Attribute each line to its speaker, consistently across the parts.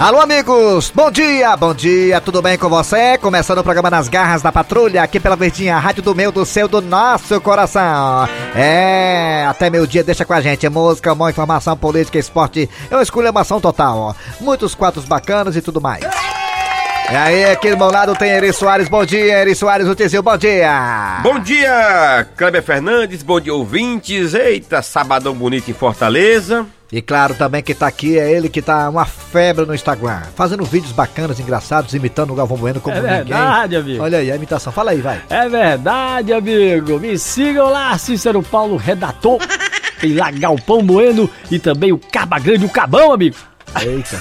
Speaker 1: Alô, amigos! Bom dia, bom dia, tudo bem com você? Começando o programa Nas Garras da Patrulha, aqui pela Verdinha, rádio do meu, do seu, do nosso coração. É, até meu dia deixa com a gente. Música, mão, informação, política, esporte, é uma esculhambação total, ó. Muitos quadros bacanas e tudo mais. E aí, aqui do meu lado tem Eri Soares, bom dia, Eri Soares, o Tizil, bom dia!
Speaker 2: Bom dia, Kleber Fernandes, bom dia, ouvintes. Eita, sabadão bonito em Fortaleza.
Speaker 1: E claro, também que tá aqui é ele que tá uma febre no Instagram, fazendo vídeos bacanas, engraçados, imitando o Galvão Bueno como
Speaker 3: É
Speaker 1: ninguém.
Speaker 3: verdade, amigo.
Speaker 1: Olha aí a imitação, fala aí, vai.
Speaker 3: É verdade, amigo. Me sigam lá, Cícero Paulo Redator. Tem lá Galpão Bueno e também o Caba Grande, o Cabão, amigo.
Speaker 1: Eita.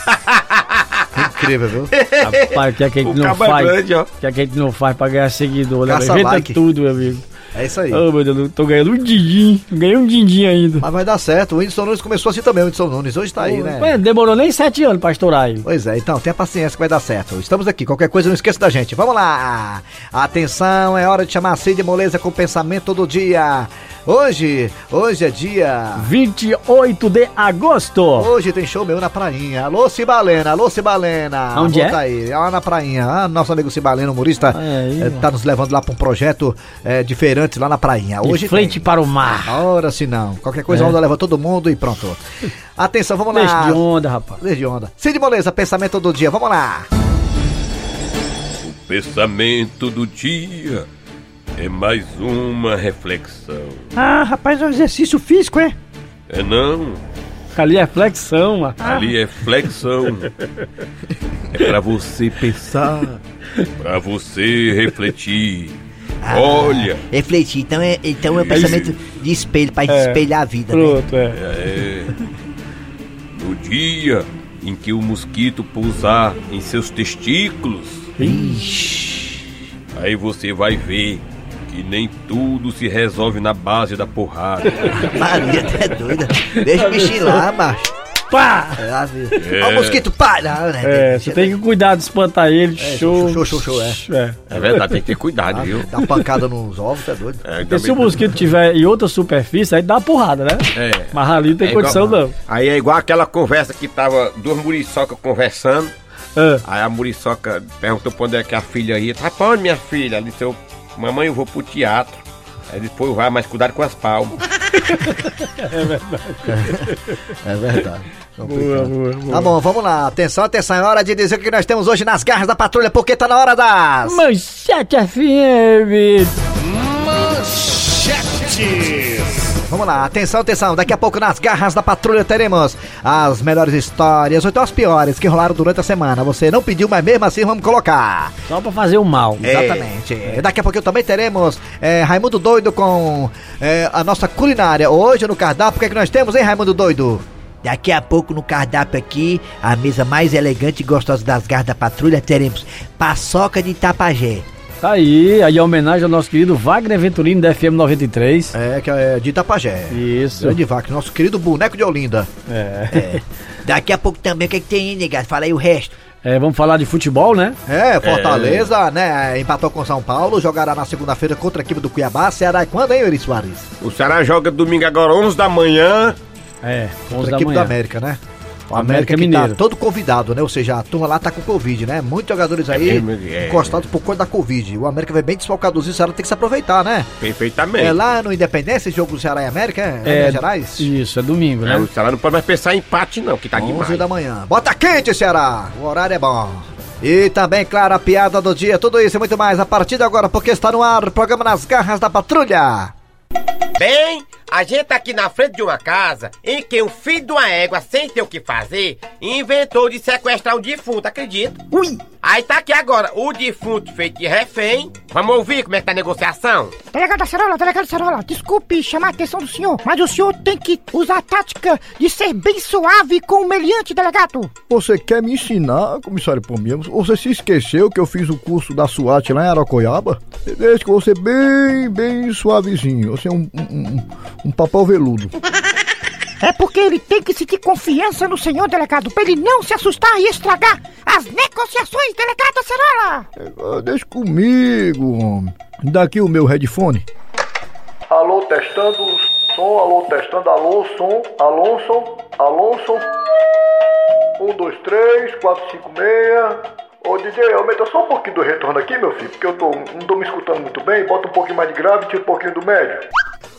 Speaker 1: Incrível, viu?
Speaker 3: Rapaz, o que é que a gente
Speaker 2: O
Speaker 3: não
Speaker 2: Caba é
Speaker 3: faz?
Speaker 2: grande, ó.
Speaker 3: O que é que a gente não faz pra ganhar seguidor, né?
Speaker 1: Caça
Speaker 3: Inventa
Speaker 1: like.
Speaker 3: tudo, meu amigo.
Speaker 1: É isso aí.
Speaker 3: oh, meu Deus, eu tô ganhando um dindim. Ganhei um dindim ainda.
Speaker 1: Mas vai dar certo. O Whindersson Nunes começou assim também. O Whindersson Nunes hoje tá aí, né?
Speaker 3: Ué, demorou nem sete anos pra estourar aí.
Speaker 1: Pois é, então tenha paciência que vai dar certo. Estamos aqui, qualquer coisa não esqueça da gente. Vamos lá! Atenção, é hora de chamar a Cid Moleza com o pensamento do dia. Hoje, hoje é dia.
Speaker 3: 28 de agosto.
Speaker 1: Hoje tem show meu na prainha. Alô, Cibalena, alô, Cibalena.
Speaker 3: Onde
Speaker 1: Volta
Speaker 3: é?
Speaker 1: aí, lá na prainha. Ah, nosso amigo Cibalena, humorista,
Speaker 3: Aí,
Speaker 1: eh, tá nos levando lá pra um projeto eh, de diferente lá na prainha. Hoje
Speaker 3: de frente
Speaker 1: tem.
Speaker 3: para o mar.
Speaker 1: Ah. Ora, se não. Qualquer coisa,
Speaker 3: É.
Speaker 1: a onda leva todo mundo e pronto. Atenção, vamos lá.
Speaker 3: Deixa de onda, rapaz.
Speaker 1: Desde onda. Cid Moleza, pensamento do dia, vamos lá.
Speaker 2: Pensamento do dia é mais uma reflexão.
Speaker 3: Ah, rapaz, é um exercício físico, é?
Speaker 2: É não,
Speaker 3: Ali é flexão, mano.
Speaker 1: né?
Speaker 2: ali é flexão. É pra você pensar, pra você refletir.
Speaker 3: Ah.
Speaker 2: Olha,
Speaker 4: Refletir, então é, então é um pensamento de espelho, pra
Speaker 3: É.
Speaker 4: espelhar a vida, né?
Speaker 3: Pronto, é.
Speaker 2: É. No dia em que o mosquito pousar em seus testículos, aí você vai ver que nem tudo se resolve na base da porrada.
Speaker 4: Maria, tu é doida. Deixa o bichinho lá, macho.
Speaker 3: Pá!
Speaker 4: É lá, viu? Ó o mosquito, para, né?
Speaker 3: É, você tem que cuidar de espantar ele. show.
Speaker 1: show, show, show, é.
Speaker 2: É verdade, tem que ter cuidado, viu?
Speaker 1: Dá uma pancada nos ovos, tá doido?
Speaker 2: É,
Speaker 3: Ah. Porque se o mosquito tiver em outra superfície, aí dá uma porrada, né?
Speaker 2: É.
Speaker 3: Mas ali não tem
Speaker 2: É igual-
Speaker 3: condição, não.
Speaker 2: Aí é igual aquela conversa que tava duas muriçocas conversando.
Speaker 3: É.
Speaker 2: Aí a muriçoca perguntou pra onde é que a filha ia. Tá pra onde, minha filha? Ela disse, eu, mamãe, eu vou pro teatro. Aí depois vai, mas cuidado com as palmas.
Speaker 1: É verdade.
Speaker 3: Boa, boa, boa.
Speaker 1: Tá bom, vamos lá. Atenção, atenção. É hora de dizer o que nós temos hoje nas garras da patrulha, porque tá na hora das.
Speaker 3: Manchete FM.
Speaker 1: Vamos lá, atenção, atenção. Daqui a pouco nas garras da patrulha teremos as melhores histórias, ou então as piores que rolaram durante a semana. Você não pediu, mas mesmo assim vamos colocar.
Speaker 3: Só pra fazer o mal.
Speaker 4: É.
Speaker 1: É. Exatamente. Daqui a pouquinho também teremos é, Raimundo Doido com é, a nossa culinária. Hoje no cardápio, o que, é que nós temos, hein, Raimundo Doido?
Speaker 4: Daqui a pouco no cardápio aqui, a mesa mais elegante e gostosa das garras da patrulha, teremos paçoca de Tapajé.
Speaker 3: Tá aí, aí é homenagem ao nosso querido Wagner Venturino da FM 93.
Speaker 1: É, que é de Itapajé.
Speaker 3: Isso.
Speaker 1: Grande Wagner, nosso querido boneco de Olinda.
Speaker 3: É.
Speaker 4: Daqui a pouco também, o que, é que tem aí, negado? Fala aí o resto.
Speaker 3: É, vamos falar de futebol, né?
Speaker 1: É, Fortaleza, né? Empatou com São Paulo, jogará na segunda-feira contra a equipe do Cuiabá. Ceará é quando, hein, Eri Soares?
Speaker 2: O Ceará joga domingo agora, 11 da manhã.
Speaker 3: É,
Speaker 1: Contra
Speaker 3: 11
Speaker 1: a
Speaker 3: da
Speaker 1: equipe do
Speaker 3: manhã.
Speaker 1: América, né? O
Speaker 3: América
Speaker 1: América, que tá
Speaker 3: Mineiro.
Speaker 1: todo convidado, né? Ou seja, a turma lá tá com Covid, né? Muitos jogadores aí
Speaker 2: mesmo, é.
Speaker 1: encostados por conta da Covid. O América vem bem desfalcadozinho, o Ceará tem que se aproveitar, né?
Speaker 2: Perfeitamente.
Speaker 1: É lá no Independência, esse jogo do Ceará e América, é,
Speaker 3: É,
Speaker 1: Minas Gerais?
Speaker 3: Isso, é domingo,
Speaker 2: É,
Speaker 3: né?
Speaker 2: o Ceará não pode mais pensar em empate, não, que tá demais.
Speaker 1: 11 da manhã. Bota quente, Ceará. O horário é bom. E também, claro, a piada do dia. Tudo isso e muito mais a partir de agora, porque está no ar o programa Nas Garras da Patrulha.
Speaker 5: Bem, a gente tá aqui na frente de uma casa em que um filho de uma égua, sem ter o que fazer, inventou de sequestrar um defunto, acredita? Ui! Aí tá aqui agora o defunto feito de refém. Vamos ouvir como é que tá a negociação?
Speaker 6: Delegado Acerola, delegado Acerola, desculpe chamar a atenção do senhor, mas o senhor tem que usar a tática de ser bem suave com o meliante, delegado.
Speaker 7: Você quer me ensinar, Ah, comissário Pomiemos? Você se esqueceu que eu fiz o curso da SWAT lá em Aracoiaba? Desde que você bem, bem suavezinho. Você é um, um, um- um papel veludo.
Speaker 6: É porque ele tem que sentir confiança no senhor, delegado, pra ele não se assustar e estragar as negociações, delegado Acerola.
Speaker 7: Ah, Deixa comigo, homem. Daqui o meu headphone. Alô, testando som, alô, testando, alô, som, Alonso, Alonso. Um, dois, três, quatro, cinco, meia. Ô DJ, aumenta só um pouquinho do retorno aqui, meu filho, porque eu tô, não tô me escutando muito bem. Bota um pouquinho mais de grave, tira um pouquinho do médio.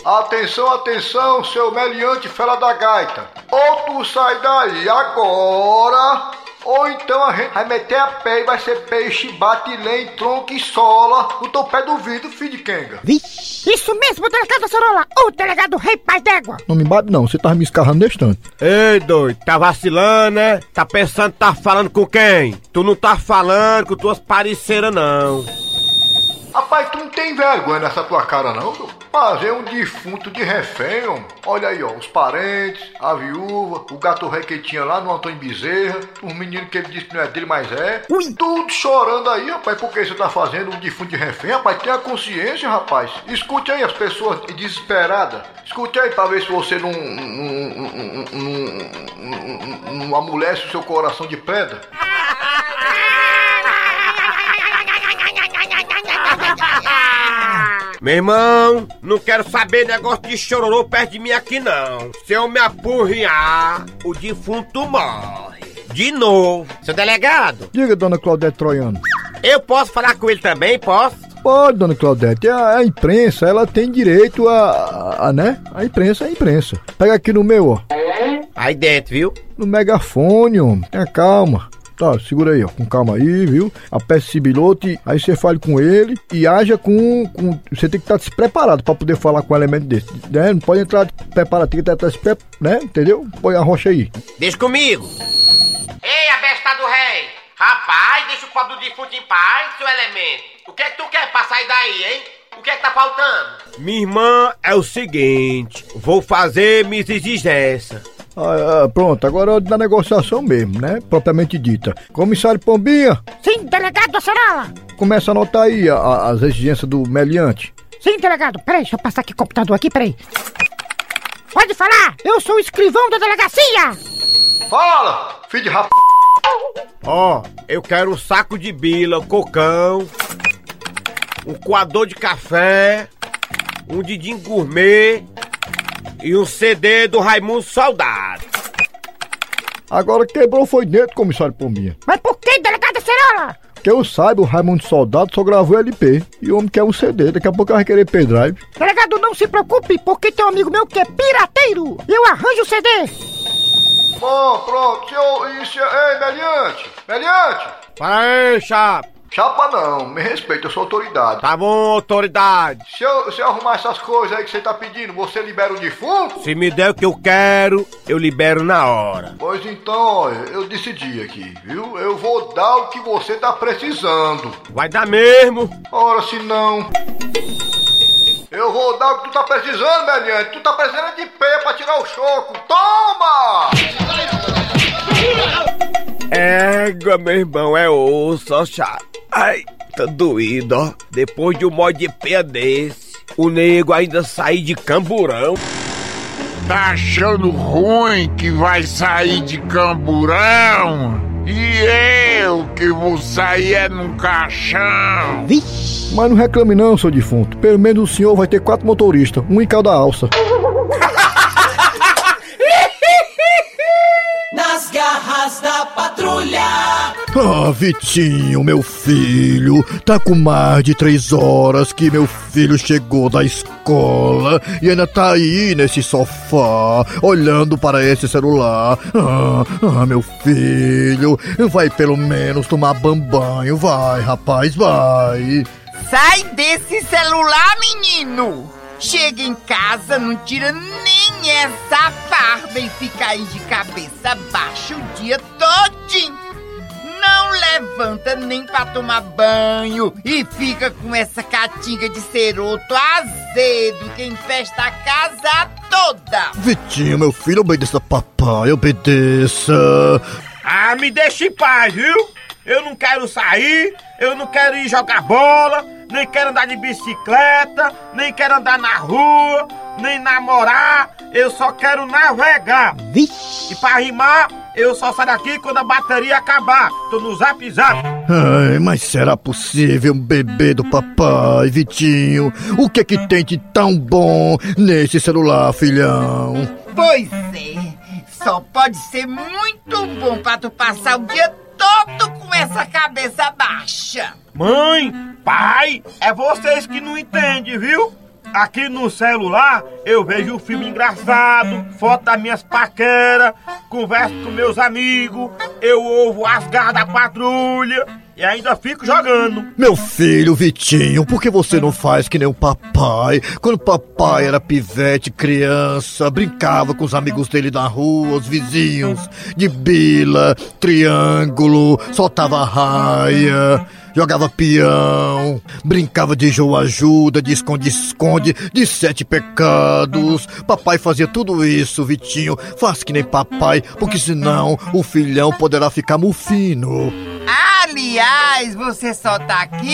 Speaker 7: Atenção, atenção, seu meliante fera da gaita. Ou tu sai daí agora, ou então a gente vai meter a pé e vai ser peixe, batilém, tronco e sola no teu pé do vidro, filho de quenga.
Speaker 6: Isso mesmo, delegado Acerola, o delegado rei pai d'égua.
Speaker 7: Não me bate não, você tava me escarrando nesse instante.
Speaker 2: Ei, doido, tá vacilando, né? Tá pensando que tá falando com quem? Tu não tá falando com tuas parceiras, não.
Speaker 7: Rapaz, tu não tem vergonha nessa tua cara não, meu? Fazer um defunto de refém, homem. Olha aí, ó, os parentes, a viúva, o gato rei que tinha lá no Antônio Bezerra, os meninos que ele disse que não é dele, mas é. Tudo chorando aí, rapaz, porque você tá fazendo um defunto de refém, rapaz, tenha consciência, rapaz. Escute aí as pessoas desesperadas. Escute aí pra ver se você não, não, não, não, não amolece o seu coração de pedra.
Speaker 2: Meu irmão, não quero saber negócio de chororô perto de mim aqui, não. Se eu me apurrinhar, o defunto morre. De novo. Seu delegado,
Speaker 7: Diga, dona Claudete Troiano.
Speaker 2: eu posso falar com ele também, posso?
Speaker 7: Pode, dona Claudete, a, a imprensa, ela tem direito a, a- a, né? A imprensa é a imprensa. Pega aqui no meu, ó,
Speaker 2: Aí dentro, viu?
Speaker 7: no megafone, homem. Tenha calma. Tá, segura aí, ó, com calma aí, viu? Aperte esse bilote, aí você fale com ele e haja com... com- Você tem que estar despreparado pra poder falar com um elemento desse, né? Não pode entrar preparado, tem que estar despreparado, né? Entendeu? Põe a rocha aí.
Speaker 2: Deixa comigo.
Speaker 5: Ei, abestado rei! Rapaz, deixa o pobre do defunto em paz, seu elemento. O que é que tu quer pra sair daí, hein? O que é que tá faltando?
Speaker 2: Minha irmã, é o seguinte, vou fazer minhas exigências.
Speaker 7: Ah, ah, pronto, agora é hora da negociação mesmo, né? Propriamente dita. Comissário Pombinha,
Speaker 6: Sim, delegado Acerola.
Speaker 7: começa a anotar aí a- a- as exigências do meliante.
Speaker 6: Sim, delegado. Peraí, deixa eu passar aqui o computador aqui, peraí. Pode falar, eu sou o escrivão da delegacia.
Speaker 7: Fala, filho de rap...
Speaker 2: Ó, eu quero um saco de bila, cocão, um coador de café, um didim gourmet e um CD do Raimundo Soldado.
Speaker 7: Agora quebrou foi dentro, comissário Pombinha.
Speaker 6: Mas por que, delegado Acerola?
Speaker 7: Que eu saiba, o Raimundo Soldado só gravou LP. E o homem quer um CD, daqui a pouco vai querer pendrive.
Speaker 6: Delegado, não se preocupe, porque tem um amigo meu que é pirateiro. Eu arranjo o CD.
Speaker 7: Bom, pronto, senhor, isso é... Ei, Meliante, Meliante!
Speaker 2: Para aí, chapa.
Speaker 7: Chapa não, me respeita, eu sou autoridade.
Speaker 2: Tá bom, autoridade.
Speaker 7: Se eu, se eu arrumar essas coisas aí que você tá pedindo, você libera o defunto?
Speaker 2: Se me der o que eu quero, eu libero na hora.
Speaker 7: Pois então, ó, eu decidi aqui, viu? Eu vou dar o que você tá precisando.
Speaker 2: Vai dar mesmo.
Speaker 7: Ora, se não. Eu vou dar o que tu tá precisando, Meliante. Tu tá precisando de pé pra tirar o choco. Toma!
Speaker 2: Égua, meu irmão, é osso, ó, chato. Ai, tá doído, ó. Depois de um mod de pé desse, o nego ainda sai de camburão.
Speaker 8: Tá achando ruim que vai sair de camburão? E eu que vou sair é num caixão.
Speaker 7: Mas não reclame não, seu defunto. Pelo menos o senhor vai ter quatro motoristas, um em cada alça.
Speaker 9: Nas garras da patrulha.
Speaker 7: Ah, Vitinho, meu filho, tá com mais de três horas que meu filho chegou da escola e ainda tá aí nesse sofá, olhando para esse celular. Ah, ah, meu filho, vai pelo menos tomar bom banho, vai, rapaz, vai.
Speaker 10: Sai desse celular, menino! Chega em casa, não tira nem essa farda e fica aí de cabeça baixa o dia todinho. Não levanta nem pra tomar banho e fica com essa catinga de ceroto azedo que infesta a casa toda.
Speaker 7: Vitinho, meu filho, obedeça, papai, obedeça.
Speaker 2: Ah, me deixa em paz, viu? Eu não quero sair, eu não quero ir jogar bola, nem quero andar de bicicleta, nem quero andar na rua, nem namorar, eu só quero navegar. E pra rimar, eu só saio daqui quando a bateria acabar. Tô no zap zap.
Speaker 7: Ai, mas será possível um bebê do papai, Vitinho? O que é que tem de tão bom nesse celular, filhão?
Speaker 10: Pois é, só, pode ser muito bom pra tu passar o dia todo com essa cabeça baixa.
Speaker 2: Mãe, pai, é vocês que não entendem, viu? Aqui no celular eu vejo filme engraçado, foto das minhas paqueras, converso com meus amigos, eu ouvo as garras da patrulha e ainda fico jogando.
Speaker 11: Meu filho Vitinho, por que você não faz que nem o papai? Quando o papai era pivete, criança, brincava com os amigos dele na rua, os vizinhos, de bila, triângulo, soltava raia, jogava peão, brincava de joajuda, de esconde-esconde, de sete pecados. Papai fazia tudo isso, Vitinho. Faz que nem papai, porque senão o filhão poderá ficar mufino.
Speaker 10: Aliás, você só tá aqui